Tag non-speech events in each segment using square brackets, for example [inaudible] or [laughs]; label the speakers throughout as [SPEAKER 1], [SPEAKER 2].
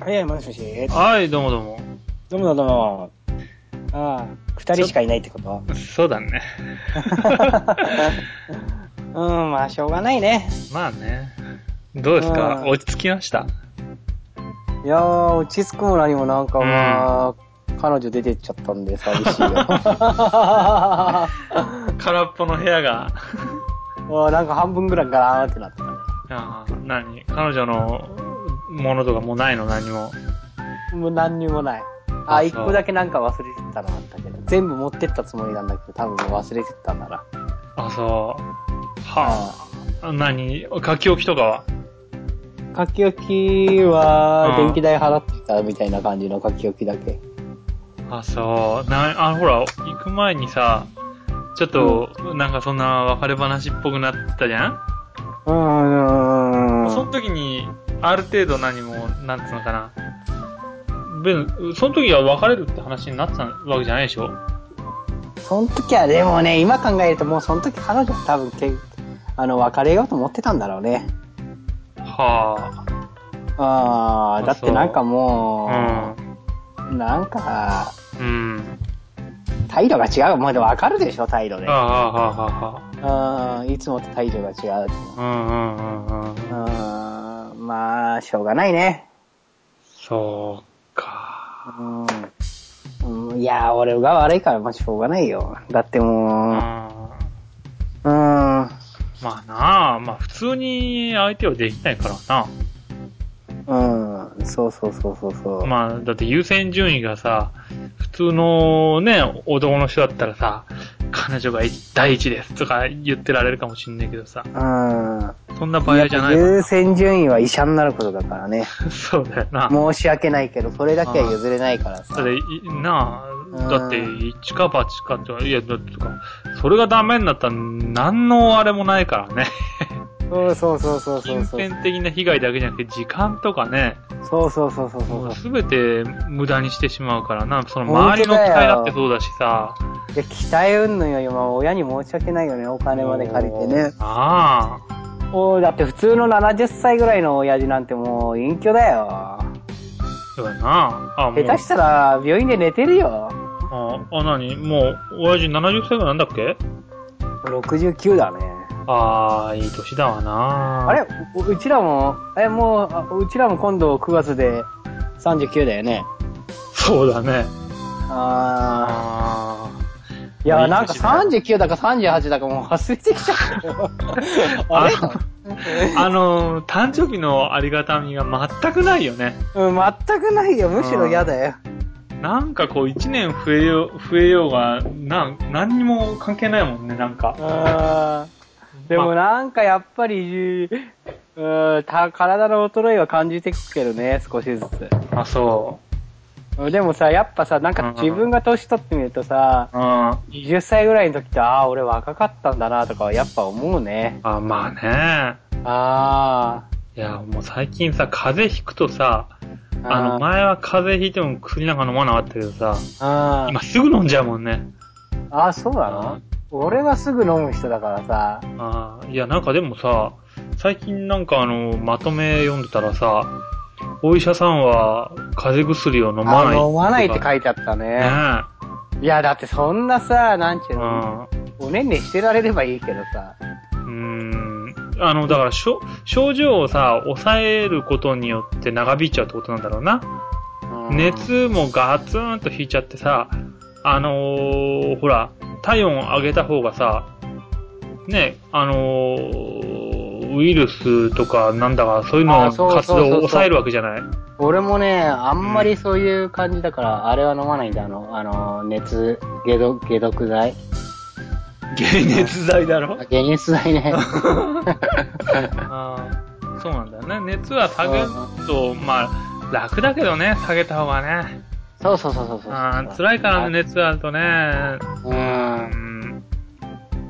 [SPEAKER 1] はい、もしもし。
[SPEAKER 2] はい、どうもどうも。
[SPEAKER 1] どうもどうも。ああ、二人しかいないってこと
[SPEAKER 2] そうだね。
[SPEAKER 1] うん、まあ、しょうがないね。
[SPEAKER 2] まあね。どうですか
[SPEAKER 1] うん
[SPEAKER 2] 落ち着きました
[SPEAKER 1] いやー、落ち着くも何もなんかまあ、彼女出てっちゃったんで寂しいよ。 [laughs] あ
[SPEAKER 2] 空っぽの部屋が。
[SPEAKER 1] ーなんか半分ぐらいガラーンってなってたね。
[SPEAKER 2] あー何彼女のものとかもうないの何も。
[SPEAKER 1] もう何にもない。
[SPEAKER 2] あ
[SPEAKER 1] あ、
[SPEAKER 2] そう
[SPEAKER 1] 一個だけなんか忘れてたのあったけど、全部持ってったつもりなんだけど、多分もう忘れてたんだな。
[SPEAKER 2] あ、そう。はあ。何書き置きとかは
[SPEAKER 1] 書き置きは、電気代払ってたみたいな感じの書き置きだけ。
[SPEAKER 2] あ、そう。な、あ、ほら、行く前にさ、ちょっと、なんかそんな別れ話っぽくなったじゃん、
[SPEAKER 1] うんうんうんうん
[SPEAKER 2] その時に、ある程度何も、なんつうのかな。で、その時は別れるって話になってたわけじゃないでしょ
[SPEAKER 1] その時はでもね、今考えるともうその時彼女は多分け、あの、別れようと思ってたんだろうね。
[SPEAKER 2] は
[SPEAKER 1] ああ、だってなんか
[SPEAKER 2] あ
[SPEAKER 1] も。う、なんか、
[SPEAKER 2] うん。うん。
[SPEAKER 1] 態度が違う。まあでもわかるでしょ、態度で
[SPEAKER 2] ああ、。ああ、あ
[SPEAKER 1] うん、いつもと態度が違う。
[SPEAKER 2] あ、ああ。うん、うん、うん、うん。
[SPEAKER 1] うん、まあ、しょうがないね。
[SPEAKER 2] そうか。
[SPEAKER 1] うんうん。いやー、俺が悪いから、まあしょうがないよ。だって
[SPEAKER 2] うん。
[SPEAKER 1] も
[SPEAKER 2] ま
[SPEAKER 1] う、うん、
[SPEAKER 2] あなあ、まあ普通に相手はできないからな。
[SPEAKER 1] うん、そうそうそうそうそう。
[SPEAKER 2] まあ、だって優先順位がさ、普通のね、男の人だったらさ、彼女が第一ですとか言ってられるかもしんないけどさ、
[SPEAKER 1] うん。
[SPEAKER 2] そんな場合じゃない
[SPEAKER 1] 優
[SPEAKER 2] わ。
[SPEAKER 1] 先順位は医者になることだからね。
[SPEAKER 2] [laughs] そうだよな。
[SPEAKER 1] 申し訳ないけど、それだけは譲れないからさ
[SPEAKER 2] だっ。て、いな
[SPEAKER 1] うん
[SPEAKER 2] あ、だって、一か八かって、いや、だってか、それがダメになったら何のあれもないからね。
[SPEAKER 1] そうそうそうそうそ
[SPEAKER 2] 金
[SPEAKER 1] うそう。
[SPEAKER 2] 銭的な被害だけじゃなくて、時間とかね、
[SPEAKER 1] そうそうそうそうそ
[SPEAKER 2] もう
[SPEAKER 1] う。
[SPEAKER 2] すべて無駄にしてしまうからな、その周りの期
[SPEAKER 1] 本当
[SPEAKER 2] 待
[SPEAKER 1] だよ
[SPEAKER 2] だってそうだしさ。
[SPEAKER 1] いや、期待うんぬんよりも、親に申し訳ないよね、お金まで借りてね。
[SPEAKER 2] ああ。
[SPEAKER 1] おーだって普通の70歳ぐらいの親父なんてもう隠居だよ。
[SPEAKER 2] そうやな。あ、もう
[SPEAKER 1] 下手したら、病院で寝てるよ。
[SPEAKER 2] あ、あ、なにもう、親父70歳ぐらいなんだっけ
[SPEAKER 1] 69だね。
[SPEAKER 2] ああ、いい年だわな。
[SPEAKER 1] あれううちらも、え、もうあ、うちらも今度9月で39だよね。
[SPEAKER 2] そうだね。
[SPEAKER 1] あー。
[SPEAKER 2] あ
[SPEAKER 1] いや、なんか39だか38だかもう忘れてきちゃったよ。 [laughs] あれ
[SPEAKER 2] あ [laughs] あ。あのー、誕生日のありがたみが全くないよね。
[SPEAKER 1] うん、全くないよ。むしろ嫌だよ。
[SPEAKER 2] なんかこう、1年増えよう、増えようが、なん、何にも関係ないもんね、なんか。
[SPEAKER 1] うん。でも
[SPEAKER 2] な、
[SPEAKER 1] なんかやっぱり、うん、た体の衰えは感じてくけどね、少しずつ。
[SPEAKER 2] あ、
[SPEAKER 1] う
[SPEAKER 2] そ
[SPEAKER 1] んでもさ、やっぱさ、なんか自分が年取ってみるとさ、
[SPEAKER 2] う。うん。あ
[SPEAKER 1] 20歳ぐらいの時って、ああ、俺若かったんだなとかはやっぱ思うね。
[SPEAKER 2] まあね。
[SPEAKER 1] あ
[SPEAKER 2] いや、もう最近さ、風邪ひくとさ、
[SPEAKER 1] あ。
[SPEAKER 2] あの、前は風邪ひいても薬なんか飲まなかったけどさ、
[SPEAKER 1] あ
[SPEAKER 2] 今すぐ飲んじゃうもんね。
[SPEAKER 1] あー、そうなの俺はすぐ飲む人だからさ。
[SPEAKER 2] ああ、いや、なんかでもさ、最近なんかあの、まとめ読んでたらさ、お医者さんは風邪薬を飲
[SPEAKER 1] 飲
[SPEAKER 2] まない。
[SPEAKER 1] 飲まないって書
[SPEAKER 2] い
[SPEAKER 1] いてあった
[SPEAKER 2] て
[SPEAKER 1] ね。
[SPEAKER 2] あ
[SPEAKER 1] いや、だってそんなさ、なんちゅ
[SPEAKER 2] る
[SPEAKER 1] うの、
[SPEAKER 2] ね
[SPEAKER 1] おねんねしてられればいいけどさ。
[SPEAKER 2] え。うん。うーん。あの、だから、しょ症状をさ、抑えることによって長引いちゃうってことなんだろうな。
[SPEAKER 1] うん
[SPEAKER 2] 熱もガツンと引いちゃってさ、あのー、ほら、体温上げた方がさ、ね、あのー、ウイルスとかなんだか、そういうの
[SPEAKER 1] あ
[SPEAKER 2] の
[SPEAKER 1] ーそうそう
[SPEAKER 2] 活
[SPEAKER 1] そうそう
[SPEAKER 2] 動を抑えるわけじゃない
[SPEAKER 1] 俺もね、あんまりそういう感じだから、あれは飲まないんだ、あの、あの、熱、解毒、解毒剤。
[SPEAKER 2] 解熱剤だろ
[SPEAKER 1] あ解熱剤
[SPEAKER 2] [laughs]
[SPEAKER 1] ね。
[SPEAKER 2] あーそうなんだよね。熱は下げると、まあ、楽だけどね、下げた方がね。
[SPEAKER 1] そうそうそうそうそう。
[SPEAKER 2] あー辛いからね、熱あるとね。
[SPEAKER 1] うん。
[SPEAKER 2] うん。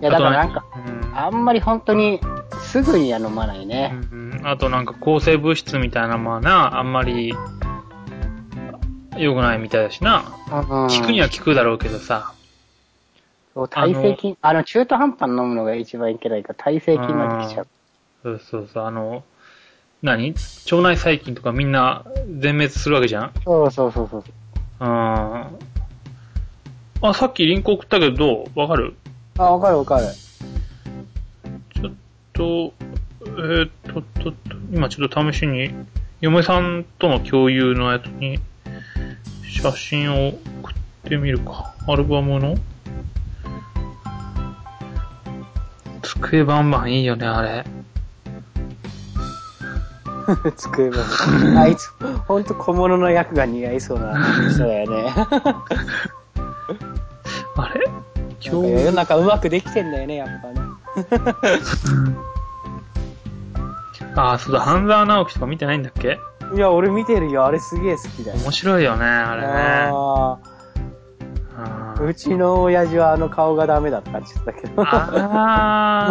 [SPEAKER 1] いや、だからなんか、
[SPEAKER 2] あとね
[SPEAKER 1] あんまり本当に、すぐには飲まない
[SPEAKER 2] うん
[SPEAKER 1] ね。
[SPEAKER 2] うんあとなんか抗生物質みたいなのはな、あんまり良くないみたいだしな。
[SPEAKER 1] うん
[SPEAKER 2] 効くには効くだろうけどさ。
[SPEAKER 1] そう耐性菌、あの、中途半端に飲むのが一番いけないから、耐性菌まで来ちゃう。
[SPEAKER 2] そうそうそう、あの、何腸内細菌とかみんな全滅するわけじゃん
[SPEAKER 1] そうそうそうそう。
[SPEAKER 2] うん。あ、さっきリンク送ったけど、どうわかる
[SPEAKER 1] あ、わかるわ
[SPEAKER 2] [laughs]
[SPEAKER 1] かる。
[SPEAKER 2] ちょっと、えーっと、と、と、今ちょっと試しに、嫁さんとの共有のやつに、写真を送ってみるか。アルバムの机バンバンいいよね、あれ。
[SPEAKER 1] 机も。あいつ、ほんと小物の役が似合いそうな人だよ
[SPEAKER 2] [laughs]
[SPEAKER 1] ね。なんか
[SPEAKER 2] あれ
[SPEAKER 1] 世の中うまくできてんだよね、やっぱね。
[SPEAKER 2] ああ、そうだ、半沢直樹とか見てないんだっけ
[SPEAKER 1] いや、俺見てるよ。あれすげえ好きだよ。
[SPEAKER 2] 面白いよね、あれね。
[SPEAKER 1] あ
[SPEAKER 2] あ
[SPEAKER 1] ーうちの親父はあの顔がダメだったって言ってたけど。
[SPEAKER 2] あー。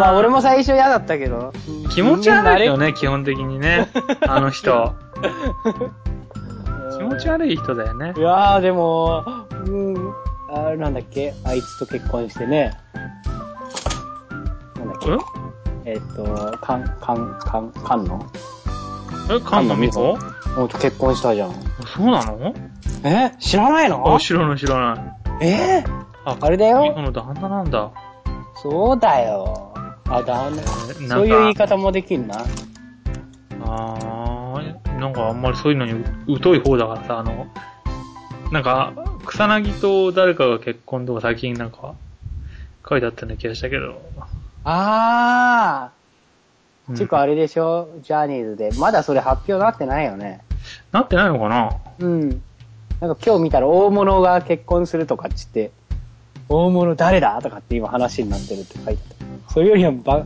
[SPEAKER 1] [laughs] まあ俺も最初嫌だったけど。
[SPEAKER 2] 気持ち悪いよ
[SPEAKER 1] ね。
[SPEAKER 2] ね、基本的にね。あ
[SPEAKER 1] [laughs]
[SPEAKER 2] の人。気持ち
[SPEAKER 1] 悪
[SPEAKER 2] 悪い人だよね
[SPEAKER 1] い。。いやーでも、うん、あーなんだっけあいつと結婚してね。なんだっけ
[SPEAKER 2] うん
[SPEAKER 1] えーっと、かん、かん、かん、かんの
[SPEAKER 2] え、菅野美穂
[SPEAKER 1] もう結婚したじゃん。
[SPEAKER 2] そうなの
[SPEAKER 1] え知らないの
[SPEAKER 2] あ、知らない知らない。
[SPEAKER 1] えー
[SPEAKER 2] あ
[SPEAKER 1] あれだ
[SPEAKER 2] 美穂
[SPEAKER 1] よ
[SPEAKER 2] の旦那なんだ。
[SPEAKER 1] そうだよ。あ、だね。
[SPEAKER 2] えな
[SPEAKER 1] そうんいう言い
[SPEAKER 2] か、
[SPEAKER 1] 方もできんな。
[SPEAKER 2] あーなんかあんまりそういうのに疎い方だからさ、あの、なんか、草薙と誰かが結婚とか最近なんか、書いてあったような気がしたけど。
[SPEAKER 1] あ
[SPEAKER 2] う
[SPEAKER 1] ー。
[SPEAKER 2] ん
[SPEAKER 1] ちゅうかあれでしょジャニーズで。まだそれ発表なってないよね。
[SPEAKER 2] なってないのかな
[SPEAKER 1] うん。なんか今日見たら大物が結婚するとかっつって、大物誰だとかって今話になってるって書いてた。それよりはば、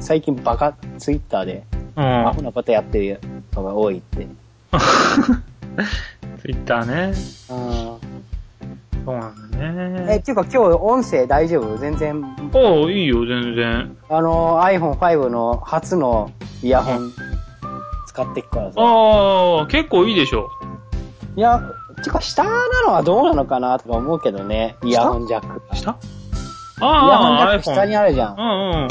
[SPEAKER 1] 最近バカ、ツイッターで、アホ
[SPEAKER 2] う
[SPEAKER 1] なことやってるのが多いって。
[SPEAKER 2] [laughs] ん。ツイッターね。
[SPEAKER 1] うん。
[SPEAKER 2] そうなんだ
[SPEAKER 1] え、
[SPEAKER 2] ね。
[SPEAKER 1] っていうか今日音声大丈夫全然、
[SPEAKER 2] おういいよ、全然。
[SPEAKER 1] あの、iPhone5 の初のイヤホン使ってくからさ。
[SPEAKER 2] ああ、結構いいでしょ。
[SPEAKER 1] いや、てか下なのはどうなのかなとか思うけどね。イヤホンジャックが。イ
[SPEAKER 2] 下
[SPEAKER 1] ヤホンジャ
[SPEAKER 2] ああ、
[SPEAKER 1] ック下
[SPEAKER 2] iPhone。
[SPEAKER 1] にあるじゃん
[SPEAKER 2] う。んうん。い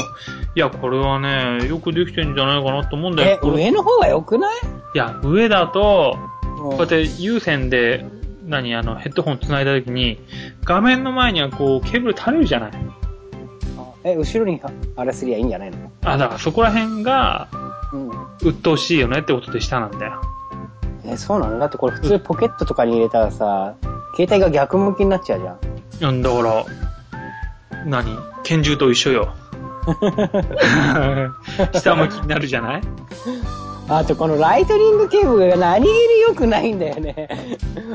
[SPEAKER 2] や、これはね、よくできてんじゃないかなと思うんだ
[SPEAKER 1] え
[SPEAKER 2] よ。、これい
[SPEAKER 1] 上の方が良くない
[SPEAKER 2] や、上だと、こうや
[SPEAKER 1] う
[SPEAKER 2] っ
[SPEAKER 1] ん
[SPEAKER 2] て有線で、何、あの、ヘッドホン繋いだ時に、画面の前にはこう、ケーブル垂れるじゃない。
[SPEAKER 1] え、後ろにあれすりゃいいんじゃないの
[SPEAKER 2] あ、だからそこら辺が、
[SPEAKER 1] うん。
[SPEAKER 2] 鬱陶しいよねってことで下なんだよ。
[SPEAKER 1] え、そうなのだってこれ普通ポケットとかに入れたらさ、携帯が逆向きになっちゃうじゃん。
[SPEAKER 2] うん、だから、何拳銃と一緒よ。 [laughs] 下向きになるじゃない
[SPEAKER 1] あとこのライトニングケーブルが何気に良くないんだよね。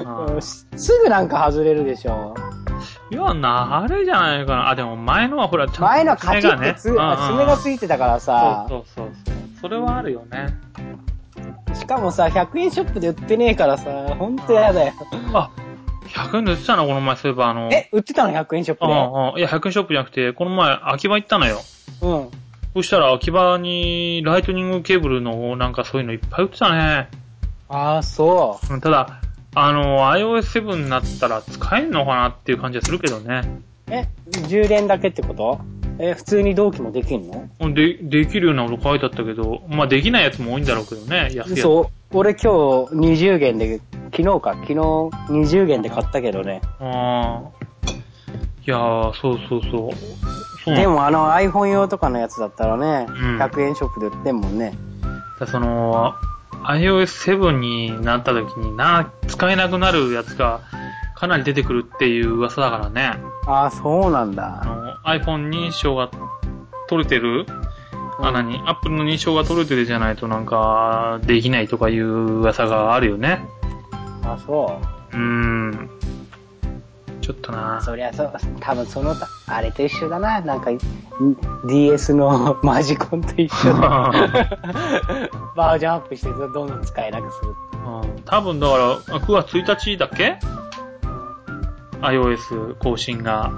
[SPEAKER 2] あ
[SPEAKER 1] うんすぐなんか外れるでしょ。
[SPEAKER 2] いや、なれじゃないかな。あ、でも前のはほら、ちゃんと
[SPEAKER 1] 前のはカチッてつ、
[SPEAKER 2] 爪がね
[SPEAKER 1] あ爪がついてたからさ、
[SPEAKER 2] そうそうそうそう。それはあるよね。
[SPEAKER 1] しかもさ、100円ショップで売ってねえからさ、ほんとやだよ。
[SPEAKER 2] あ、100円で売ってたな、この前、そういえば、あの、
[SPEAKER 1] え、売ってたの100円ショッ
[SPEAKER 2] う
[SPEAKER 1] プ
[SPEAKER 2] ん
[SPEAKER 1] で
[SPEAKER 2] うん。いや、100円ショップじゃなくて、この前、秋葉行ったのよ。。
[SPEAKER 1] うん。
[SPEAKER 2] そしたら、秋葉に、ライトニングケーブルの、なんかそういうのいっぱい売ってたね。
[SPEAKER 1] ああ、そ
[SPEAKER 2] うんただ、あの、iOS7 になったら使えんのかなっていう感じはするけどね。
[SPEAKER 1] う。え、充電だけってことえ、普通に同期もできんの
[SPEAKER 2] うんで、できるようなこと書いてあったけど、まあ、できないやつも多いんだろうけどね、安いやつ。う。
[SPEAKER 1] そう、俺今日20元で、昨日か、昨日20元で買ったけどね。
[SPEAKER 2] ああ。いやー、そうそうそう。そうなん
[SPEAKER 1] でもあの iPhone 用とかのやつだったらね、
[SPEAKER 2] うん
[SPEAKER 1] 100円ショップで売ってんもんね。
[SPEAKER 2] だその、iOS7 になった時にな、使えなくなるやつがかなり出てくるっていう噂だからね。
[SPEAKER 1] ああ、そうなん
[SPEAKER 2] あ
[SPEAKER 1] だ。
[SPEAKER 2] の、iPhone 認証が取れてる、あ、何 ?Apple の認証が取れてるじゃないとなんか、できないとかいう噂があるよね。
[SPEAKER 1] あ、そう
[SPEAKER 2] ーん。ちょっとな
[SPEAKER 1] う。。そりゃそう、多分その他、あれと一緒だな。なんか、ん DS の [laughs] マジコンと一
[SPEAKER 2] [laughs]
[SPEAKER 1] 緒だ。バージョンアップしてどんどん使えなくする。
[SPEAKER 2] うん多分だから、あ9月1日だっけ ?iOS 更新が。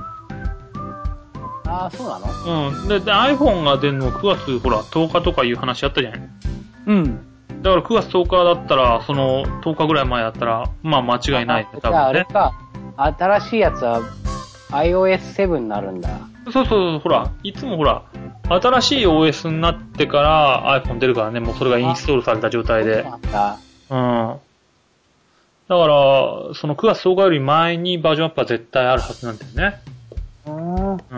[SPEAKER 1] ああ、そうなの
[SPEAKER 2] うん。で、で iPhone が出るの9月、ほら、10日とかいう話あったじゃない
[SPEAKER 1] うん。
[SPEAKER 2] だから9月10日だったら、その10日ぐらい前だったら、まあ間違いないね、
[SPEAKER 1] じ
[SPEAKER 2] 多
[SPEAKER 1] ゃああ
[SPEAKER 2] 分
[SPEAKER 1] れ
[SPEAKER 2] ね。
[SPEAKER 1] か、新しいやつは iOS7 になるんだ。
[SPEAKER 2] そうそうそう、ほら、いつもほら、新しい OS になってから iPhone 出るからね、もうそれがインストールされた状態で。
[SPEAKER 1] なんだ。
[SPEAKER 2] うん。だから、その9月10日より前にバージョンアップは絶対あるはずなんだよね。
[SPEAKER 1] うん。っ
[SPEAKER 2] う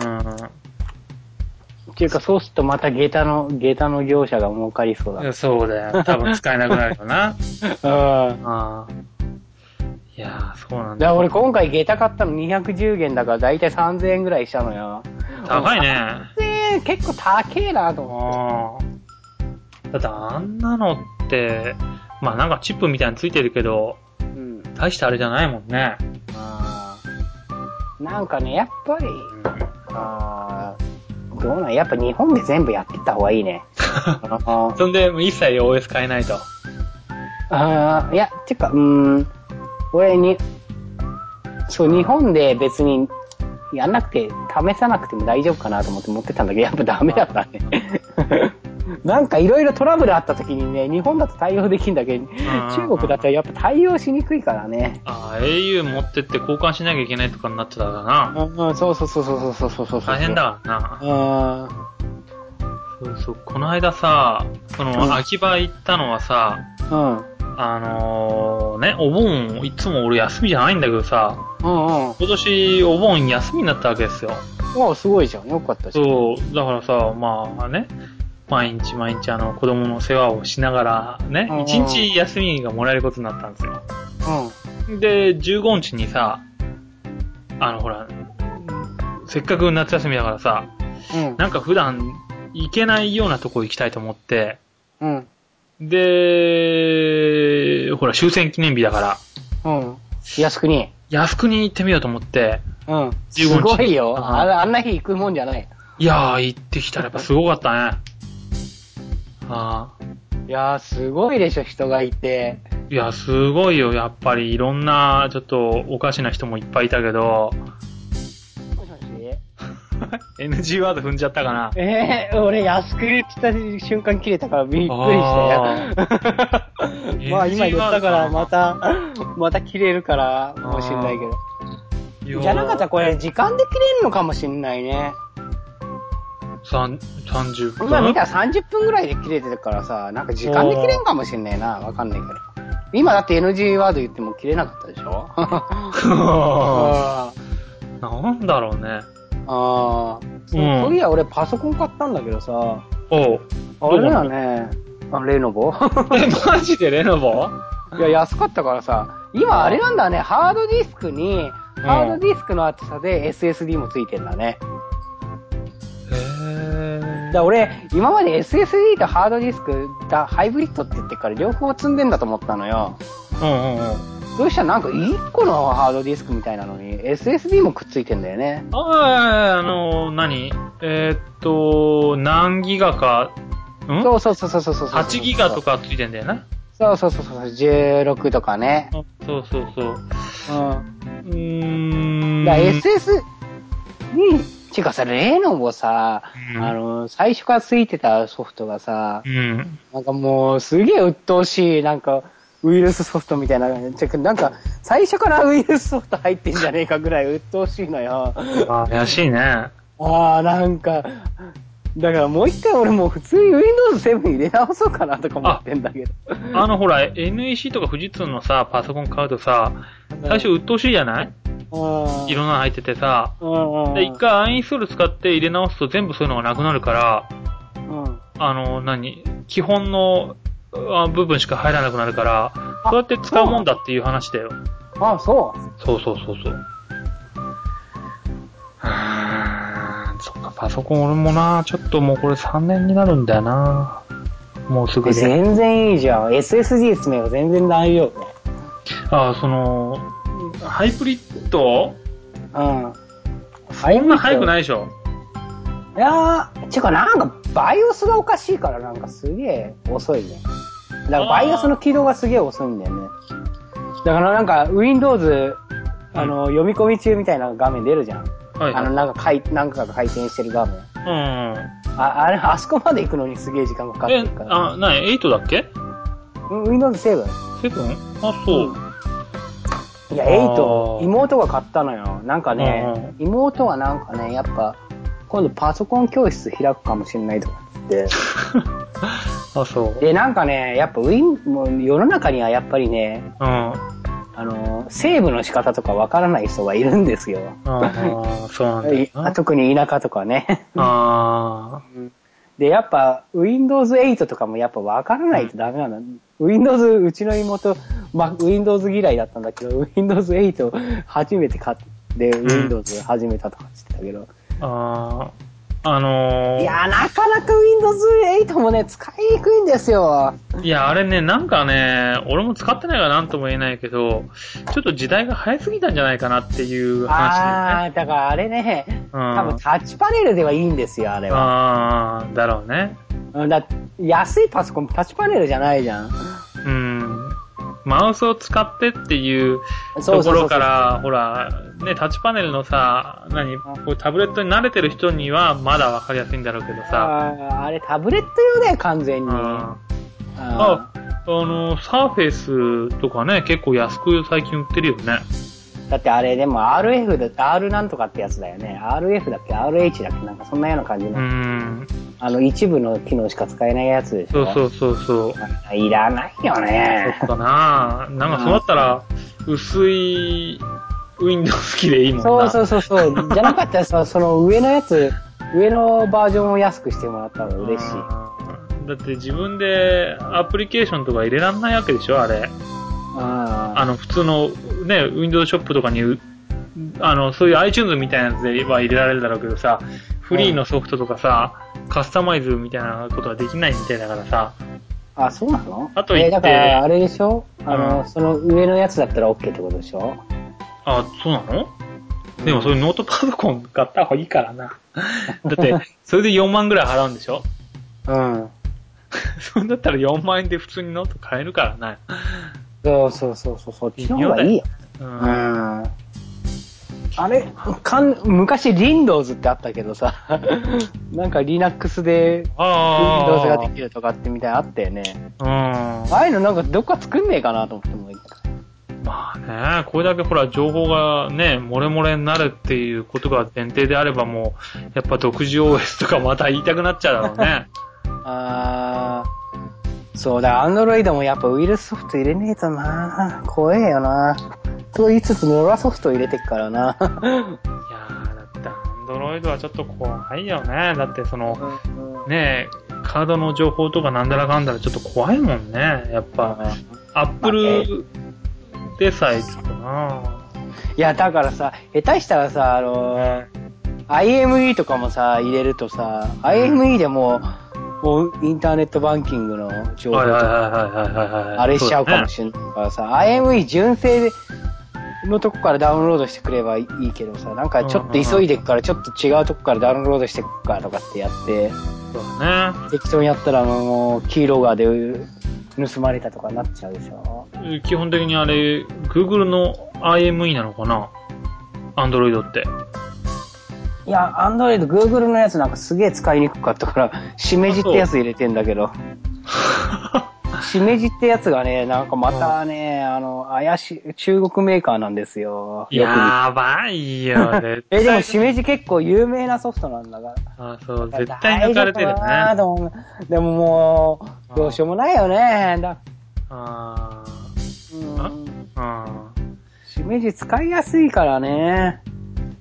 [SPEAKER 2] ん。
[SPEAKER 1] ていうか、そうするとまた下駄の、下駄の業者が儲かりそうだ。
[SPEAKER 2] いやそうだよ。多分使えなくなるよ
[SPEAKER 1] [laughs] う
[SPEAKER 2] な。
[SPEAKER 1] ん。
[SPEAKER 2] あーいやー、そうなん
[SPEAKER 1] だ
[SPEAKER 2] だ。
[SPEAKER 1] から俺今回下駄買ったの210元だからだいたい3000円ぐらいしたのよ。
[SPEAKER 2] 高いね。
[SPEAKER 1] 3000円結構高えなと思って。
[SPEAKER 2] ああ。だってあんなのって、まあなんかチップみたいについてるけど、
[SPEAKER 1] うん。
[SPEAKER 2] 大したあれじゃないもんね。
[SPEAKER 1] あーなんかね、やっぱり、
[SPEAKER 2] うん
[SPEAKER 1] あーどうなんやっぱ日本で全部やってった方がいい [laughs] ね。あー
[SPEAKER 2] そんで、一切 OS 変えないと。
[SPEAKER 1] あーいや、てか、うーん、俺に、そう、日本で別にやんなくて、試さなくても大丈夫かなと思って持ってたんだけど、やっぱダメだったね。 [laughs] なんかいろいろトラブルあった時にね、日本だと対応できるんだけど、中国だとやっぱ対応しにくいからね。
[SPEAKER 2] ああ、au 持ってって交換しなきゃいけないとかになってたからな。
[SPEAKER 1] うん、そうそうそうそうそうそうそう。
[SPEAKER 2] 大変。だからな。
[SPEAKER 1] うん。
[SPEAKER 2] そうそう。この間さ、そ
[SPEAKER 1] うん
[SPEAKER 2] の、秋葉行ったのはさ、
[SPEAKER 1] うん。
[SPEAKER 2] あのー、ね、お盆、いつも俺休みじゃないんだけどさ、
[SPEAKER 1] うんうん。
[SPEAKER 2] 今年お盆休みになったわけですよ。
[SPEAKER 1] おすごいじゃん。よかったじゃん。
[SPEAKER 2] そう、だからさ、まあね、毎日毎日あの子供の世話をしながらね
[SPEAKER 1] うん、
[SPEAKER 2] 一日休みがもらえることになったんですよ。
[SPEAKER 1] うん。
[SPEAKER 2] で、15日にさ、あのほら、せっかく夏休みだからさ、
[SPEAKER 1] うん。
[SPEAKER 2] なんか普段行けないようなとこ行きたいと思って、
[SPEAKER 1] うん。
[SPEAKER 2] で、ほら終戦記念日だから、
[SPEAKER 1] うん。靖国。
[SPEAKER 2] 靖国に行ってみようと思って、
[SPEAKER 1] うん。
[SPEAKER 2] 日
[SPEAKER 1] すごいよ。
[SPEAKER 2] うん
[SPEAKER 1] ああんな日行くもんじゃない。
[SPEAKER 2] いやー行ってきたらやっぱすごかったね。あー
[SPEAKER 1] いやー、すごいでしょ、人がいて。
[SPEAKER 2] いや、すごいよ。やっぱりいろんな、ちょっとおかしな人もいっぱいいたけど、
[SPEAKER 1] もしもし
[SPEAKER 2] NG ワード踏んじゃったかな。
[SPEAKER 1] えー、俺、靖国って言った瞬間切れたからびっくりしたよ。
[SPEAKER 2] ー
[SPEAKER 1] [laughs] まあ、今言ったから
[SPEAKER 2] NG
[SPEAKER 1] また、また切れるから、もしんないけど。 [laughs] じゃなかったらこれ、時間で切れるのかもしんないね。
[SPEAKER 2] さん30分。
[SPEAKER 1] 今見たら30分ぐらいで切れてるからさ、なんか時間で切れんかもしんねえな。わかんないけど。今だって NG ワード言っても切れなかったでし
[SPEAKER 2] [laughs]
[SPEAKER 1] ょあー
[SPEAKER 2] [laughs] なんだろうね。
[SPEAKER 1] あー。そう
[SPEAKER 2] うん
[SPEAKER 1] そういや、俺パソコン買ったんだけどさ、
[SPEAKER 2] おう。
[SPEAKER 1] あれだね。あ、レノボ
[SPEAKER 2] [laughs] え、マジでレノボ
[SPEAKER 1] いや、安かったからさ、今あれなんだね、ハードディスクに、
[SPEAKER 2] ん
[SPEAKER 1] ハードディスクの厚さで SSD もついてんだね。
[SPEAKER 2] へぇ
[SPEAKER 1] だから俺、今まで SSD とハードディスクだ、ハイブリッドって言ってから両方積んでんだと思ったのよ。
[SPEAKER 2] うんうんうん。
[SPEAKER 1] そしたらなんか1個のハードディスクみたいなのに SSD もくっついてんだよね。
[SPEAKER 2] あー、あのー、何えーっと、何ギガか、ん
[SPEAKER 1] そうそうそうそうそうそうそう。
[SPEAKER 2] 8ギガと。かついてんだよね。
[SPEAKER 1] そうそうそうそう、16とかね。
[SPEAKER 2] そうそうそう。
[SPEAKER 1] うん。
[SPEAKER 2] うーん。
[SPEAKER 1] だから SS に、てかさ、レノボさ、
[SPEAKER 2] うん
[SPEAKER 1] あの、最初からついてたソフトがさ、
[SPEAKER 2] うん。
[SPEAKER 1] なんかもう、すげえ鬱陶しい、なんか、ウイルスソフトみたいな、てかなんか、最初からウイルスソフト入ってんじゃねえかぐらい鬱陶しいのよ。
[SPEAKER 2] あー怪しいね。
[SPEAKER 1] ああ、なんか、だからもう一回俺もう普通に Windows7 入れ直そうかなとか思ってんだけど。
[SPEAKER 2] あのほら、NEC とか富士通のさ、パソコン買うとさ、最初、鬱陶しいじゃない
[SPEAKER 1] うん、
[SPEAKER 2] いろんなの入っててさ。
[SPEAKER 1] うん、うん。
[SPEAKER 2] で、一回アンインストール使って入れ直すと全部そういうのがなくなるから、
[SPEAKER 1] うん。
[SPEAKER 2] あの、何基本のあ部分しか入らなくなるから、
[SPEAKER 1] あ
[SPEAKER 2] そうやって使うもんだっていう話だよ。
[SPEAKER 1] あ、そう。
[SPEAKER 2] そうそうそうそう。うーん、そっか、パソコン俺もな、ちょっともうこれ3年になるんだよな。もうすぐで。
[SPEAKER 1] 全然いいじゃん。SSD 詰めば全然大丈夫。
[SPEAKER 2] ああ、その、ハイブリッド
[SPEAKER 1] うん。
[SPEAKER 2] そんな早くないいでしょ。
[SPEAKER 1] いやー、てかなんか、バイオスがおかしいからなんかすげえ遅いね。だからバイオスの起動がすげえ遅いんだよね。だからなんか、Windows、あの、読み込み中みたいな画面出るじゃん。
[SPEAKER 2] はい、
[SPEAKER 1] あの、
[SPEAKER 2] はい。
[SPEAKER 1] なんか回、なんかが回転してる画面。
[SPEAKER 2] う
[SPEAKER 1] あ、あれ、あそこまで行くのにすげえ時間かかってる
[SPEAKER 2] ん。え
[SPEAKER 1] か、ら。
[SPEAKER 2] あ、なに、8だっけ
[SPEAKER 1] うん Windows 7。
[SPEAKER 2] ?7? あ、そう。
[SPEAKER 1] いや、
[SPEAKER 2] あー
[SPEAKER 1] 8、妹が買ったのよ。なんかね、妹はなんかね、やっぱ、今度パソコン教室開くかもしれないとかって。
[SPEAKER 2] あ、そう。
[SPEAKER 1] で、なんかね、やっぱウィン、もう世の中にはやっぱりね、
[SPEAKER 2] うん。
[SPEAKER 1] あの、セーブの仕方とかわからない人がいるんですよ。
[SPEAKER 2] あ
[SPEAKER 1] [laughs]
[SPEAKER 2] あ、そうなんだよな。
[SPEAKER 1] 特に田舎とかね。
[SPEAKER 2] あ
[SPEAKER 1] で、やっぱ Windows 8とかもやっぱわからないとダメなの。Windows、うちの妹、ま、Windows 嫌いだったんだけど、Windows 8を初めて買って、
[SPEAKER 2] ん
[SPEAKER 1] Windows 始めたとかって言ってたけど。
[SPEAKER 2] あ、ああ、あのー
[SPEAKER 1] いやー、なかなか Windows 8もね、使いにくいんですよ。
[SPEAKER 2] いや、あれね、なんかね、俺も使ってないからなんとも言えないけど、ちょっと時代が早すぎたんじゃないかなっていう話
[SPEAKER 1] あー、だからあれね、
[SPEAKER 2] うん
[SPEAKER 1] 多分タッチパネルではいいんですよ、あれ
[SPEAKER 2] だよね。
[SPEAKER 1] は。
[SPEAKER 2] ああ、だろうね。
[SPEAKER 1] うんだ安いパソコンタッチパネルじゃないじゃん。
[SPEAKER 2] うん。マウスを使ってっていう
[SPEAKER 1] そうそうそう
[SPEAKER 2] と
[SPEAKER 1] そ
[SPEAKER 2] こ
[SPEAKER 1] う
[SPEAKER 2] ろから、ほら、ね、タッチパネルのさ、何、こうタブレットに慣れてる人にはまだわかりやすいんだろうけどさ。
[SPEAKER 1] あーあれタブレット用だよ、完全に。
[SPEAKER 2] あ
[SPEAKER 1] あ
[SPEAKER 2] ああの、サーフェイスとかね、結構安く最近売ってるよね。
[SPEAKER 1] ーだってあれ、でも RF だ、R なんとかってやつだよね。RF だっけ ?RH だっけなんかそんなような感じの。
[SPEAKER 2] うん。
[SPEAKER 1] あの、一部の機能しか使えないやつでし
[SPEAKER 2] そ
[SPEAKER 1] ょ。
[SPEAKER 2] うそうそうそう。
[SPEAKER 1] あいらないよね
[SPEAKER 2] そっ。かななんかそうだったら、薄い Windows 機でいいもんな。
[SPEAKER 1] そうそうそうそう。 [laughs] じゃなかったらさ、その上のやつ、上のバージョンを安くしてもらった方が嬉しい。
[SPEAKER 2] うんだって自分でアプリケーションとか入れらんないわけでしょあれ。
[SPEAKER 1] あ
[SPEAKER 2] あの、普通のね、Windows ショップとかにう、あの、そういう iTunes みたいなやつでは入れられるだろうけどさ、フリーのソフトとかさ、カスタマイズみたいなことができないみたいだからさ、
[SPEAKER 1] あ、そうなの
[SPEAKER 2] あと言って
[SPEAKER 1] えだから、あれでしょあの、
[SPEAKER 2] うん
[SPEAKER 1] その上のやつだったら OK ってことでしょ
[SPEAKER 2] あ、そうなのでもそういうノートパソコン買った方がいいからな。 [laughs] だって、それで4万ぐらい払うんでしょ
[SPEAKER 1] うん。
[SPEAKER 2] [laughs] そんだったら4万円で普通にノート買えるからな。
[SPEAKER 1] そうそうそうそう、そっちの方がいいよ。
[SPEAKER 2] うん。
[SPEAKER 1] うん。あれ、かん、昔 Windows ってあったけどさ、 [laughs] なんか Linux で Windows が
[SPEAKER 2] あ
[SPEAKER 1] できるとかってみたいなのあったよね。
[SPEAKER 2] あ。うん。
[SPEAKER 1] ああいうのなんかどっか作んねえかなと思ってもいい。
[SPEAKER 2] まあね、これだけほら情報がね、漏れ漏れになるっていうことが前提であればもう、やっぱ独自 OS とかま [laughs] た言いたくなっちゃうだろうね。
[SPEAKER 1] あー、そうだ、Android もやっぱウイルスソフト入れねえとな怖えよなと言いつつ、ノラソフト入れてっからな [laughs]
[SPEAKER 2] いやー、だってアンドロイドはちょっと怖いよね。だってその、ねカードの情報とかなんだらかんだらちょっと怖いもんね。やっぱ、アップルでさえちょっとない
[SPEAKER 1] や、だからさ、下手したらさ、あのー IME とかもさ、入れるとさ、IME でもう、もうインターネットバンキングの情報
[SPEAKER 2] はい
[SPEAKER 1] と
[SPEAKER 2] はい
[SPEAKER 1] か、
[SPEAKER 2] はいはいはいはい。
[SPEAKER 1] あれしちゃうかもしれないからさ、IME 純正のとこからダウンロードしてくればいいけどさ、なんかちょっと急いでくから、ちょっと違うとこからダウンロードしてくからとかってやって、
[SPEAKER 2] そうだね。
[SPEAKER 1] 適当にやったらもう、キーロガーで盗まれたとかなっちゃうでしょ。
[SPEAKER 2] 基本的にあれ、Google の IME なのかな ?Android って。
[SPEAKER 1] いや、Android、Google のやつなんかすげえ使いにくかったから、しめじってやつ入れてんだけど。しめじってやつがね、なんかまたね、あの、怪しい、中国メーカーなんですよ。よく見
[SPEAKER 2] やば
[SPEAKER 1] [laughs]
[SPEAKER 2] いよ、絶
[SPEAKER 1] え、でも
[SPEAKER 2] 対。
[SPEAKER 1] しめじ結構有名なソフトなんだから。
[SPEAKER 2] あそう、絶対抜かれてるね
[SPEAKER 1] 大丈夫。かなと思うでもも
[SPEAKER 2] あ
[SPEAKER 1] う、どうしようもないよね。だ
[SPEAKER 2] あ
[SPEAKER 1] うん
[SPEAKER 2] ーあー。
[SPEAKER 1] しめじ使いやすいからね。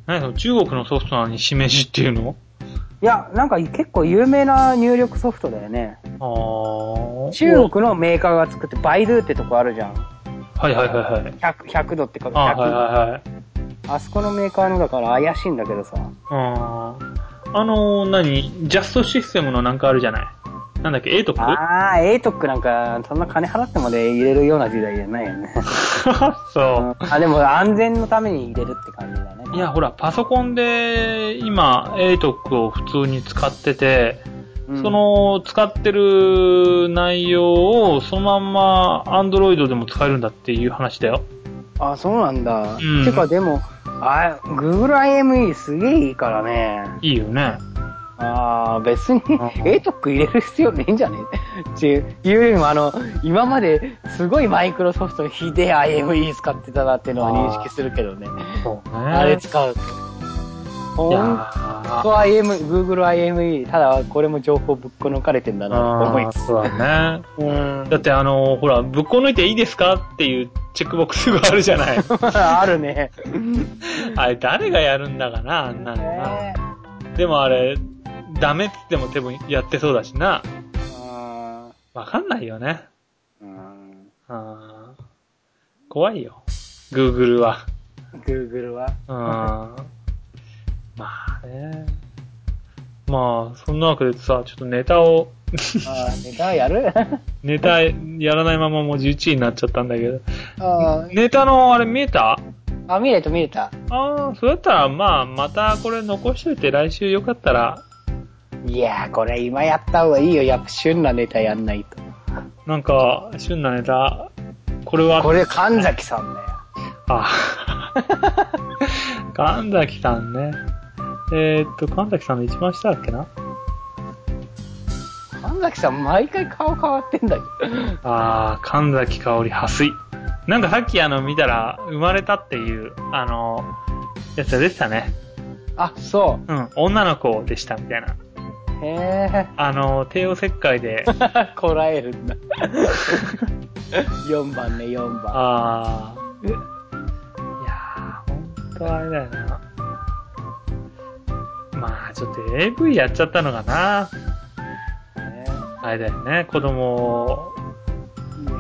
[SPEAKER 2] 何その中国のソフトなのにしめじっていうの
[SPEAKER 1] いや、なんか結構有名な入力ソフトだよね。
[SPEAKER 2] ああ。
[SPEAKER 1] 中国のメーカーが作って、バイドゥってとこあるじゃん。
[SPEAKER 2] はいはいはいはい。
[SPEAKER 1] 100、100度ってか、100、
[SPEAKER 2] ああ、はいはいはい。
[SPEAKER 1] あそこのメーカーのだから怪しいんだけどさ。
[SPEAKER 2] ああ。あのー、何ジャストシステムのなんかあるじゃないなんだっけ ?A とか
[SPEAKER 1] ああ、エイトックなんか、そんな金払ってまで入れるような時代じゃないよ
[SPEAKER 2] [laughs]
[SPEAKER 1] ね。
[SPEAKER 2] そう。
[SPEAKER 1] あ、でも安全のために入れるって感じだね。
[SPEAKER 2] いや、ほら、パソコンで今、ATOC を普通に使ってて、
[SPEAKER 1] うん
[SPEAKER 2] そ、の使ってる内容をそのまんま Android でも使えるんだっていう話だよ。
[SPEAKER 1] あ、そうなんだ。
[SPEAKER 2] うん
[SPEAKER 1] てかでも、あ、Google IME すげえいいからね。
[SPEAKER 2] いいよね。
[SPEAKER 1] ああ、別に
[SPEAKER 2] ん
[SPEAKER 1] エイトック入れる必要ねえんじゃねえっていうよりも、あの、今まですごいマイクロソフトのひでえ IME 使ってたなっていうのは認識するけどね。
[SPEAKER 2] そうね。
[SPEAKER 1] あれ使うと。ほ
[SPEAKER 2] いや
[SPEAKER 1] ん
[SPEAKER 2] ー
[SPEAKER 1] と IM、Google IME、ただこれも情報ぶっこ抜かれてんだなと思い
[SPEAKER 2] あ
[SPEAKER 1] ま
[SPEAKER 2] ー
[SPEAKER 1] す。
[SPEAKER 2] そうだね。
[SPEAKER 1] うん。
[SPEAKER 2] だってあのーほら、ぶっこ抜いていいですかっていうチェックボックスがあるじ
[SPEAKER 1] [laughs]
[SPEAKER 2] ゃない。
[SPEAKER 1] あるね。
[SPEAKER 2] あれ誰がやるんだかな、あんなのな。でもあれ、ダメって言っても多分やってそうだしな。
[SPEAKER 1] あ
[SPEAKER 2] わかんないよね。
[SPEAKER 1] ーうん
[SPEAKER 2] あー怖いよ。Google は。
[SPEAKER 1] Google は。
[SPEAKER 2] うん。まあね。まあ、そんなわけでさ、ちょっとネタを、
[SPEAKER 1] あーネタやる
[SPEAKER 2] ネタやらないままもう11位になっちゃったんだけど。
[SPEAKER 1] あー
[SPEAKER 2] ネタのあれ見えた
[SPEAKER 1] あ、見れた見れた。
[SPEAKER 2] ああ、そうだったら、まあ、またこれ残しといて来週よかったら、
[SPEAKER 1] いやー、これ今やった方がいいよ。やっぱ旬なネタやんないと。
[SPEAKER 2] なんか、旬なネタ、これは、
[SPEAKER 1] これ神崎さんだよ。
[SPEAKER 2] あ、 [laughs] 神崎さんね。えーっと、神崎さんの一番下だっけな
[SPEAKER 1] 神崎さん毎回顔変わってんだけど。
[SPEAKER 2] ああ、神崎香織、破水。なんかさっきあの、見たら、生まれたっていう、あの、やつが出てたね。
[SPEAKER 1] あ、そ
[SPEAKER 2] うん、女の子でした、みたいな。
[SPEAKER 1] う。へえ。
[SPEAKER 2] あの、帝王切開で、
[SPEAKER 1] [laughs] こらえるんだ。4番ね、4番。
[SPEAKER 2] [laughs] ああ。いやー、ほんとあれだよな。まあ、ちょっと AV やっちゃったのがな。
[SPEAKER 1] ね
[SPEAKER 2] あれだよね、子供を。 [laughs]
[SPEAKER 1] いや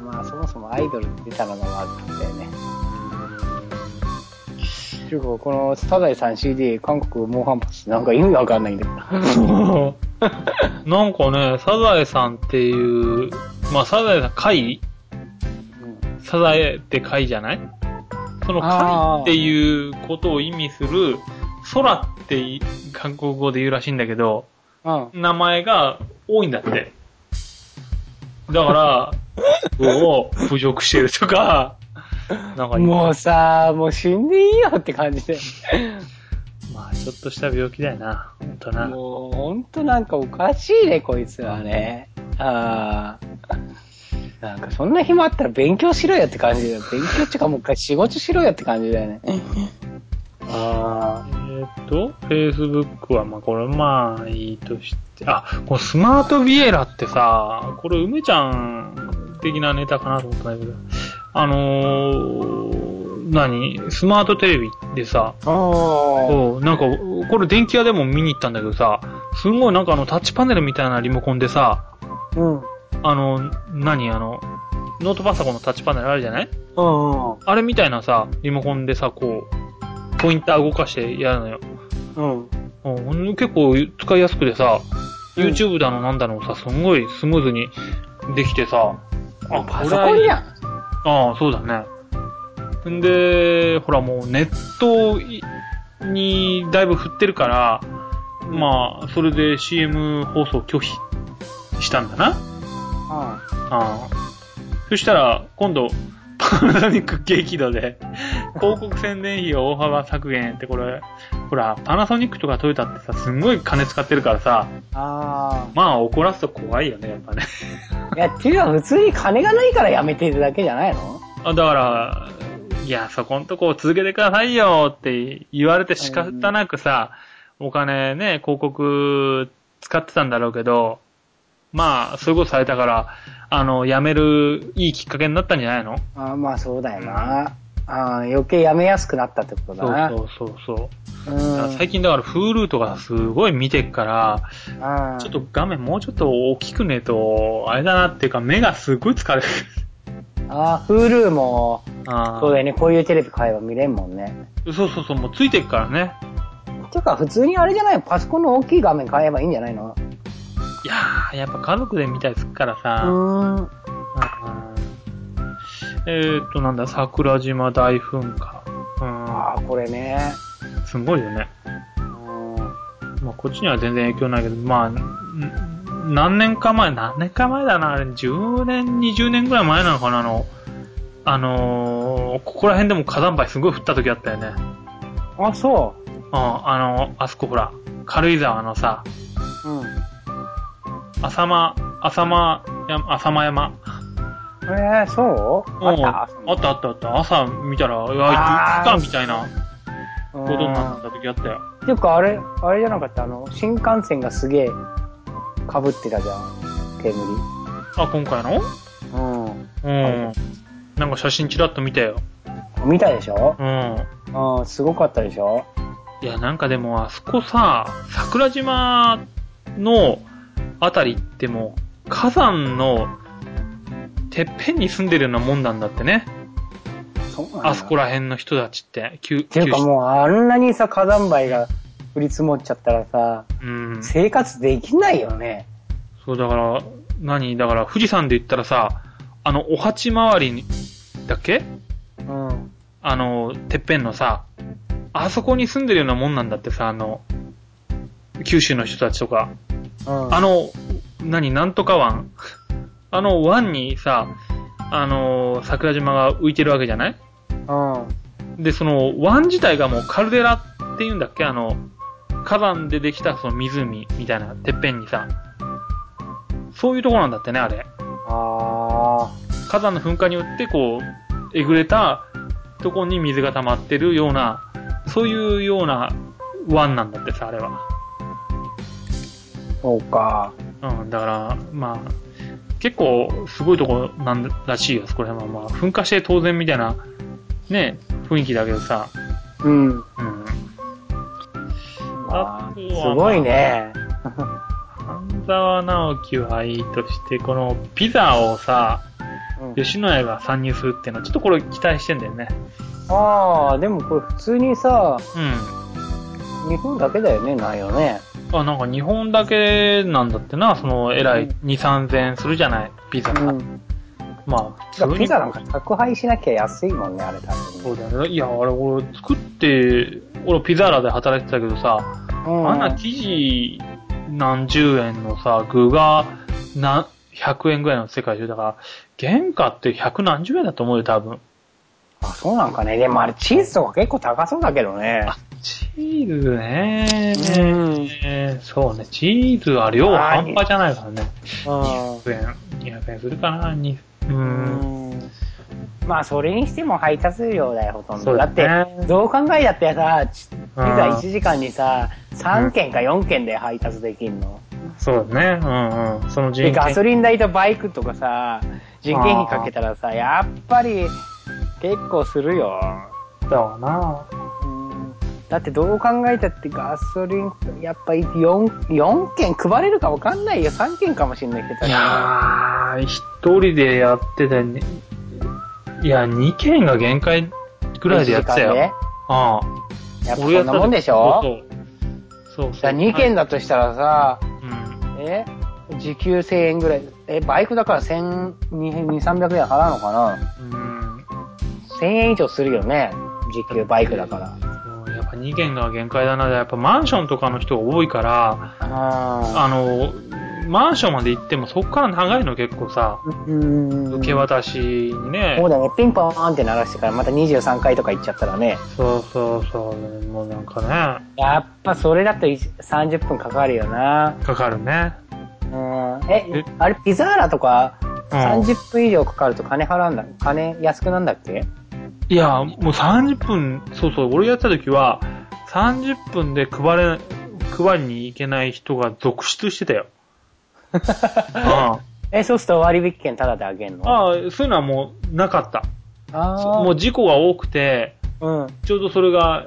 [SPEAKER 1] ーまあそもそもアイドルって出たのが悪くてね。結構このサザエさん CD 韓国猛反発なんか意味わかんないんだけど。
[SPEAKER 2] なんかね、サザエさんっていう、まあ、サザエさん貝サザエって貝じゃないその
[SPEAKER 1] あ
[SPEAKER 2] 貝
[SPEAKER 1] ー
[SPEAKER 2] っていうことを意味する、空ってい韓国語で言うらしいんだけど、
[SPEAKER 1] うん。うん。
[SPEAKER 2] 名前が多いんだって。だから、 [laughs] を侮辱してるとか、なんか、
[SPEAKER 1] もうさ、もう死んでいいよって感じで。
[SPEAKER 2] まあ、ちょっとした病気だよな。ほんとな。
[SPEAKER 1] もうほんとなんかおかしいね、こいつはね。ああ。なんかそんな暇あったら勉強しろよって感じだよ。勉強っていうかもう一回仕事しろよって感じだよね。あ
[SPEAKER 2] えーっと、Facebook は、まあ、これ、まあ、いいとして、あ、このスマートビエラってさ、これ、梅ちゃん的なネタかなと思ったんだけど、あのー、何スマートテレビでさ、
[SPEAKER 1] あ。おー
[SPEAKER 2] そう、なんか、これ電気屋でも見に行ったんだけどさ、すんごいなんかあのタッチパネルみたいなリモコンでさ、
[SPEAKER 1] うん。うん
[SPEAKER 2] あの、何あの、ノートパソコンのタッチパネルあるじゃない
[SPEAKER 1] うん
[SPEAKER 2] あれみたいなさ、リモコンでさ、こう、ポインター動かしてやるのよ。
[SPEAKER 1] うん。うん。
[SPEAKER 2] うん、結構使いやすくてさ、
[SPEAKER 1] うん
[SPEAKER 2] YouTube だのなんだのをさ、すんごいスムーズにできてさ、あ、
[SPEAKER 1] パソコンやん。
[SPEAKER 2] ああ、そうだね。んで、ほらもうネットいにだいぶ振ってるから、まあ、それで CM 放送拒否したんだな。
[SPEAKER 1] あ
[SPEAKER 2] ああそしたら、今度、パナソニック激怒で、広告宣伝費を大幅削減ってこれ、ほら、パナソニックとかトヨタってさ、すんごい金使ってるからさ、
[SPEAKER 1] あ
[SPEAKER 2] まあ怒らすと怖いよね、やっぱね。 [laughs]
[SPEAKER 1] ー。いや、っていうのは普通に金がないからやめてるだけじゃないの
[SPEAKER 2] あだから、いや、そこんとこ続けてくださいよって言われて仕方なくさ、お金ね、広告使ってたんだろうけど、まあ、そういうことされたから、あの、やめるいいきっかけになったんじゃないの
[SPEAKER 1] あーまあそうだよな。あー余計やめやすくなったってことだな。
[SPEAKER 2] そうそうそうそう。
[SPEAKER 1] う
[SPEAKER 2] だから
[SPEAKER 1] ん。
[SPEAKER 2] 最近だから Hulu とかすごい見てっから、
[SPEAKER 1] あー
[SPEAKER 2] ちょっと画面もうちょっと大きくねえと、あれだなっていうか目がすごい疲れる。
[SPEAKER 1] あー、Hulu も、
[SPEAKER 2] あー
[SPEAKER 1] そうだよね、こういうテレビ会話見れんもんね。
[SPEAKER 2] そうそうそう、もうついてっからね。
[SPEAKER 1] ていうか、普通にあれじゃないのパソコンの大きい画面買えばいいんじゃないの
[SPEAKER 2] いやー、やっぱ家族で見たりするから
[SPEAKER 1] う
[SPEAKER 2] さ。
[SPEAKER 1] ーん。
[SPEAKER 2] うんえーっと、なんだ、桜島大噴火。
[SPEAKER 1] ああ、これね。
[SPEAKER 2] うん、すごいよね。
[SPEAKER 1] うん
[SPEAKER 2] まあ、こっちには全然影響ないけど、まあ、ん何年か前、何年か前だな、あれ、10年、20年ぐらい前なのかな、あの、あのーここら辺でも火山灰すごい降った時あったよね。
[SPEAKER 1] あ、そ
[SPEAKER 2] うん、あの、あそこほら、軽井沢のさ、
[SPEAKER 1] う。うん。
[SPEAKER 2] 浅間、浅間山、浅間山。
[SPEAKER 1] えー、そう
[SPEAKER 2] うん
[SPEAKER 1] あった
[SPEAKER 2] あったあったあった。朝見たら、うわ、
[SPEAKER 1] あー
[SPEAKER 2] 雪かみたいな。
[SPEAKER 1] うん
[SPEAKER 2] 報道官になった時あったよ。
[SPEAKER 1] よくあれ、あれじゃなかった、あの、新幹線がすげえ被ってたじゃん、煙。
[SPEAKER 2] あ、今回の
[SPEAKER 1] う
[SPEAKER 2] うん。なんか写真ちらっと見たよ。
[SPEAKER 1] ん。見たでしょ
[SPEAKER 2] うん。
[SPEAKER 1] うん、すごかったでしょ
[SPEAKER 2] いや、なんかでも、あそこさ、桜島のあたりってもう、火山のてっぺんに住んでるようなもんなんだってね。
[SPEAKER 1] そうなんだ
[SPEAKER 2] あそこら辺の人たちって。九
[SPEAKER 1] っていうかもうあんなにさ、火山灰が降り積もっちゃったらさ、
[SPEAKER 2] う。うん。
[SPEAKER 1] 生活できないよね。
[SPEAKER 2] そう、だから、何だから、富士山で言ったらさ、あの、お鉢周りに、だっけ
[SPEAKER 1] うん。
[SPEAKER 2] あの、てっぺんのさ、あそこに住んでるようなもんなんだってさ、あの、九州の人たちとか。
[SPEAKER 1] うん。
[SPEAKER 2] あの、何、なんとか
[SPEAKER 1] [laughs]
[SPEAKER 2] 湾あの湾にさ、あのー桜島が浮いてるわけじゃない
[SPEAKER 1] の、
[SPEAKER 2] で、その湾自体がもうカルデラって言うんだっけあの、火山でできたその湖みたいな、てっぺんにさ。そういうとこなんだってね、あれ。
[SPEAKER 1] うん。あ
[SPEAKER 2] 火山の噴火によってこう、えぐれたとこに水が溜まってるような、そういうような湾なんだってさ、あれは。
[SPEAKER 1] ー、そうか。
[SPEAKER 2] うん、だから、まあ、結構すごいとこなんだらしいよ、そこら辺は。まあ、噴火して当然みたいな、ね、雰囲気だけどさ。
[SPEAKER 1] うん。
[SPEAKER 2] うん。
[SPEAKER 1] あ
[SPEAKER 2] あ
[SPEAKER 1] す
[SPEAKER 2] とは
[SPEAKER 1] ごいね。
[SPEAKER 2] 半沢直樹はいいとして、このピザをさ、
[SPEAKER 1] うん
[SPEAKER 2] 吉野家が参入するっていうのは、ちょっとこれ期待してんだよね。
[SPEAKER 1] ああ、でもこれ普通にさ、
[SPEAKER 2] うん。
[SPEAKER 1] 日本だけだよね、ないよね。
[SPEAKER 2] あ、なんか日本だけなんだってな、その、えら
[SPEAKER 1] う
[SPEAKER 2] い
[SPEAKER 1] ん
[SPEAKER 2] 2、3000円するじゃない、ピザ
[SPEAKER 1] う
[SPEAKER 2] が。
[SPEAKER 1] ん。
[SPEAKER 2] まあ、
[SPEAKER 1] だからピザなん
[SPEAKER 2] か
[SPEAKER 1] か宅配しなきゃ安いもんね、あれ多
[SPEAKER 2] そ
[SPEAKER 1] 分。
[SPEAKER 2] うだよね。いや、あれ、俺、作って、俺、ピザーラで働いてたけどさ、
[SPEAKER 1] うん
[SPEAKER 2] あんな生地何十円のさ、具が何100円ぐらいの世界中だから、原価って100何十円だと思うよ、多分。
[SPEAKER 1] あ、そうなんかね。でもあれチーズとか結構高そうだけどね。
[SPEAKER 2] あ、チーズね
[SPEAKER 1] うん
[SPEAKER 2] そうね、チーズは量
[SPEAKER 1] はい
[SPEAKER 2] 半端じゃないからね。
[SPEAKER 1] うん。
[SPEAKER 2] 100円、200円するかな、にう。
[SPEAKER 1] うんんまあ、それにしても配達料だよ、ほとん
[SPEAKER 2] そ
[SPEAKER 1] ど。
[SPEAKER 2] う
[SPEAKER 1] だ
[SPEAKER 2] だ
[SPEAKER 1] っ
[SPEAKER 2] ね
[SPEAKER 1] て、どう考えたってさ、ちピザ
[SPEAKER 2] うん
[SPEAKER 1] 1時間にさ、3件か4件で配達できんの。
[SPEAKER 2] そうだね、うんうん。その人
[SPEAKER 1] で、
[SPEAKER 2] 件
[SPEAKER 1] ガソリン代とバイクとかさ、人件費かけたらさ、やっぱり、結構するよ。
[SPEAKER 2] だわな。
[SPEAKER 1] うんだってどう考えたってガソリン、やっぱり 4, 4件配れるかわかんないよ。3件かもしんないけど。
[SPEAKER 2] いやー、一人でやってて、ね、いや、2件が限界ぐらいでやってたよ。
[SPEAKER 1] 1時間で
[SPEAKER 2] ああ。
[SPEAKER 1] やっぱそんなもんでしょ
[SPEAKER 2] そうそう。そう
[SPEAKER 1] じゃあ2件だとしたらさ、
[SPEAKER 2] うん。
[SPEAKER 1] え時給1000円ぐらい。え、バイクだから1200、300円払うのかな
[SPEAKER 2] うん。
[SPEAKER 1] ?1000 円以上するよね。時給バイクだから。
[SPEAKER 2] そうやっぱ2件が限界だな。やっぱマンションとかの人が多いから、
[SPEAKER 1] あ
[SPEAKER 2] あの、マンションまで行ってもそこから長いの結構さ、
[SPEAKER 1] ーうん。
[SPEAKER 2] 受け渡しにね。
[SPEAKER 1] そうだね。ピンポーンって鳴らしてからまた23回とか行っちゃったらね。
[SPEAKER 2] そうそうそう。もうなんか
[SPEAKER 1] やっぱそれだとい30分かかるよな。
[SPEAKER 2] ね、かかるね。
[SPEAKER 1] うん。え、
[SPEAKER 2] え
[SPEAKER 1] あれピザーラとか
[SPEAKER 2] うん
[SPEAKER 1] 30分以上かかると金払うんだ。金安くなんだっけ
[SPEAKER 2] いや、もう30分、そうそう、俺やってた時は、30分で配れ、配りに行けない人が続出して
[SPEAKER 1] [laughs]
[SPEAKER 2] たよ。うん
[SPEAKER 1] え、そうすると割引券タダであげんの
[SPEAKER 2] ああ、そういうのはもうなかった。
[SPEAKER 1] あー
[SPEAKER 2] もう事故が多くて、
[SPEAKER 1] うん。
[SPEAKER 2] ちょうどそれが、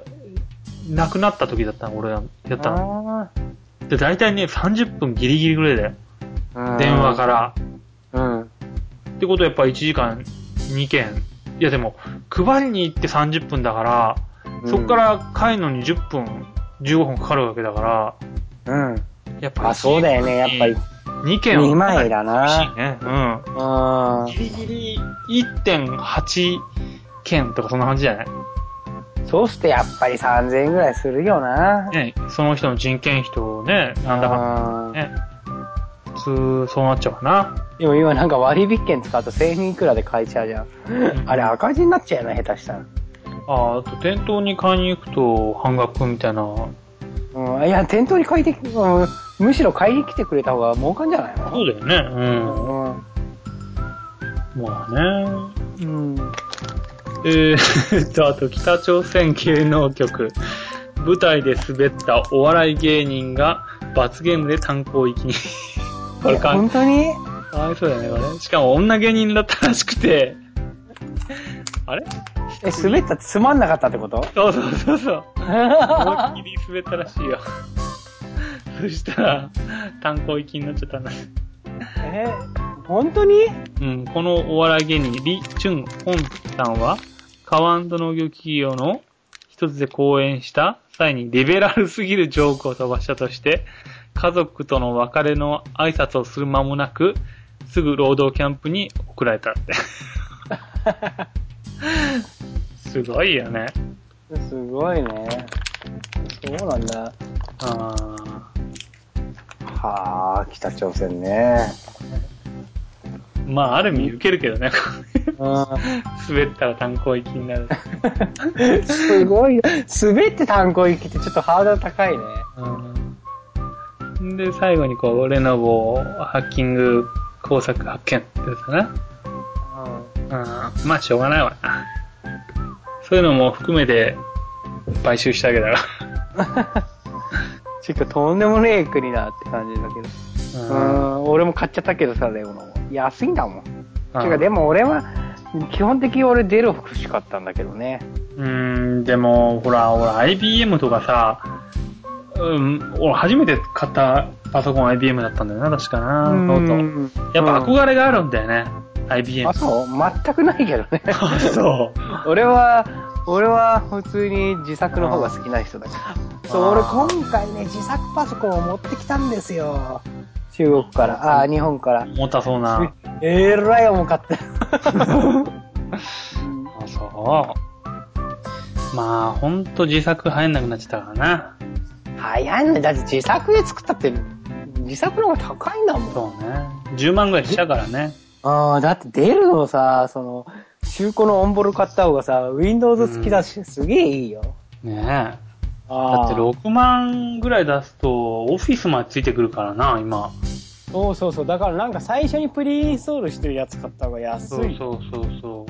[SPEAKER 2] なくなった時だったの、俺がやったの。
[SPEAKER 1] あ
[SPEAKER 2] で、大体ね、30分ギリギリぐらいだよ。
[SPEAKER 1] ー
[SPEAKER 2] 電話から。
[SPEAKER 1] うん。
[SPEAKER 2] ってことはやっぱ1時間2件。いやでも、配りに行って30分だから、
[SPEAKER 1] うん
[SPEAKER 2] そっから帰るのに10分、15分かかるわけだから、
[SPEAKER 1] うん。
[SPEAKER 2] やっぱ
[SPEAKER 1] あ、そうだよね、やっぱり。
[SPEAKER 2] 2件
[SPEAKER 1] 2枚だ
[SPEAKER 2] だ
[SPEAKER 1] な。
[SPEAKER 2] ね。うん。
[SPEAKER 1] うん。
[SPEAKER 2] ギリギリ1.8件とかそんな感じじゃない
[SPEAKER 1] そうしてやっぱり3000円ぐらいするよな。
[SPEAKER 2] ね、その人の人件費とね、なんだか
[SPEAKER 1] うん
[SPEAKER 2] ねんだ、普通そうなっちゃうかな。
[SPEAKER 1] でも今なんか割引券使うと1000円いくらで買えちゃうじゃん。あれ赤字になっちゃうよね、下手したら。
[SPEAKER 2] ああと店頭に買いに行くと半額みたいな。そ
[SPEAKER 1] うん。いや、店頭に買いて、うん、むしろ買いに来てくれた方が儲かんじゃないう
[SPEAKER 2] だよね。
[SPEAKER 1] の
[SPEAKER 2] うん。まあね。
[SPEAKER 1] うん。うん。
[SPEAKER 2] えー、 [laughs] っと、あと、北朝鮮芸能局。舞台で滑ったお笑い芸人が罰ゲームで炭鉱行き
[SPEAKER 1] [laughs]
[SPEAKER 2] に。これかん
[SPEAKER 1] 本当に
[SPEAKER 2] かわいそうだね、これ。しかも女芸人だったらしくて。あれ
[SPEAKER 1] え、滑ったつまんなかったってこと
[SPEAKER 2] [laughs] そうそうそうそう。 [laughs] 思いっきり滑ったらしいよ。そしたら、炭鉱行きになっちゃったんだ。
[SPEAKER 1] え、本当に
[SPEAKER 2] うん、このお笑い芸人、リ・チュン・ホンさんは、カワンド農業企業の一つで講演した際にリベラルすぎるジョークを飛ばしたとして、家族との別れの挨拶をする間もなく、すぐ労働キャンプに送られた [laughs] って。すごいよね。
[SPEAKER 1] すごいね。そうなんだ。
[SPEAKER 2] あー
[SPEAKER 1] はあ、北朝鮮ね。
[SPEAKER 2] まあ、ある意味受けるけどね。
[SPEAKER 1] う
[SPEAKER 2] 滑ったら炭鉱行きになる。
[SPEAKER 1] ん。すごいよ。滑って炭鉱行きってちょっとハードル高いね。
[SPEAKER 2] で、最後にこう、レノボハッキング工作発見ですね。うん。まあ、しょうがないわな。そういうのも含めて、買収したわけだか
[SPEAKER 1] ちょっととんでもねえ国だって感じだけど。う
[SPEAKER 2] ら。
[SPEAKER 1] ん、俺も買っちゃったけどさ、レオの。安いんだもん。て
[SPEAKER 2] うん
[SPEAKER 1] か、でも俺は、基本的に俺出る欲しかったんだけどね。
[SPEAKER 2] うん、でも、ほら、俺 IBM とかさ、うん、俺初めて買ったパソコン IBM だったんだよな、確かな。そうそう
[SPEAKER 1] うん
[SPEAKER 2] やっぱ憧れがあるんだよね、IBM
[SPEAKER 1] あ、。そう全くないけどね。
[SPEAKER 2] あ、 [laughs] そう。
[SPEAKER 1] 俺は、俺は普通に自作の方が好きな人だから。そう、俺
[SPEAKER 2] あー
[SPEAKER 1] 今回ね、自作パソコンを持ってきたんですよ。中国から、あー、日本から。
[SPEAKER 2] 重たそうな。
[SPEAKER 1] ええらい重かった。
[SPEAKER 2] あ、そう。まあ、ほんと自作入んなくなっちゃったからな。
[SPEAKER 1] 早いね。だって自作で作ったって、自作の方が高いんだもん。
[SPEAKER 2] そうね。10万ぐらいしちゃうからね。
[SPEAKER 1] ああ、だって出るのさ、その、中古のオンボル買った方がさ、Windows 好きだし、すげえいいよ。
[SPEAKER 2] ねえ。だ
[SPEAKER 1] あ
[SPEAKER 2] って6万ぐらい出すと、オフィスまでついてくるからな、今。
[SPEAKER 1] そうそうそう。だからなんか最初にプリインストールしてるやつ買った方が安い。
[SPEAKER 2] そうそうそうそ